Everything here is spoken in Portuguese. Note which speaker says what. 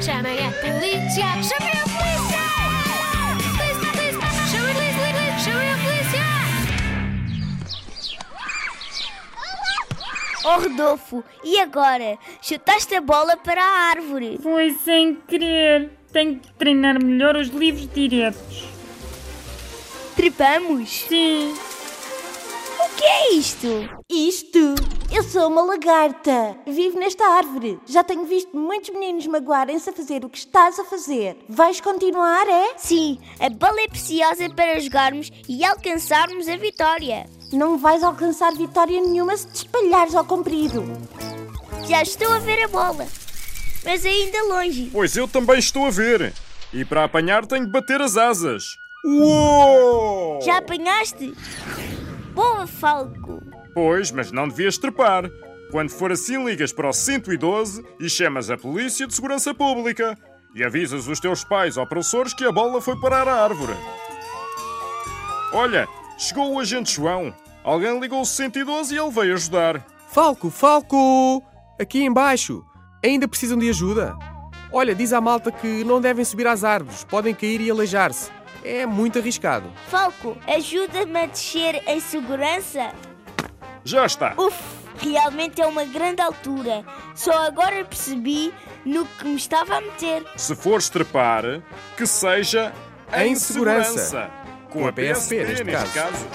Speaker 1: Chama a polícia! Chama a polícia! Polícia, polícia! Chama a polícia! polícia, Chama a polícia!
Speaker 2: Oh, Rodolfo, e agora? Chutaste a bola para a árvore.
Speaker 3: Foi sem querer. Tenho que treinar melhor os livros diretos.
Speaker 2: Tripamos?
Speaker 3: Sim.
Speaker 2: O que é isto?
Speaker 4: Isto! Eu sou uma lagarta! Vivo nesta árvore! Já tenho visto muitos meninos magoarem-se a fazer o que estás a fazer! Vais continuar, é?
Speaker 2: Sim, a bola é preciosa para jogarmos e alcançarmos a vitória.
Speaker 4: Não vais alcançar vitória nenhuma se te espalhares ao comprido!
Speaker 2: Já estou a ver a bola, mas ainda longe.
Speaker 5: Pois eu também estou a ver. E para apanhar tenho de bater as asas. Uou!
Speaker 2: Já apanhaste? Boa, Falco!
Speaker 5: Pois, mas não devias trepar. Quando for assim, ligas para o 112 e chamas a Polícia de Segurança Pública. E avisas os teus pais ou professores que a bola foi parar à árvore. Olha, chegou o agente João. Alguém ligou o 112 e ele veio ajudar.
Speaker 6: Falco, Falco! Aqui embaixo! Ainda precisam de ajuda? Olha, diz à malta que não devem subir às árvores, podem cair e aleijar-se. É muito arriscado.
Speaker 2: Falco, ajuda-me a descer em segurança?
Speaker 5: Já está.
Speaker 2: Uf, realmente é uma grande altura. Só agora percebi no que me estava a meter.
Speaker 5: Se fores trepar, que seja
Speaker 6: Em segurança.
Speaker 5: Com, a PSP, neste caso.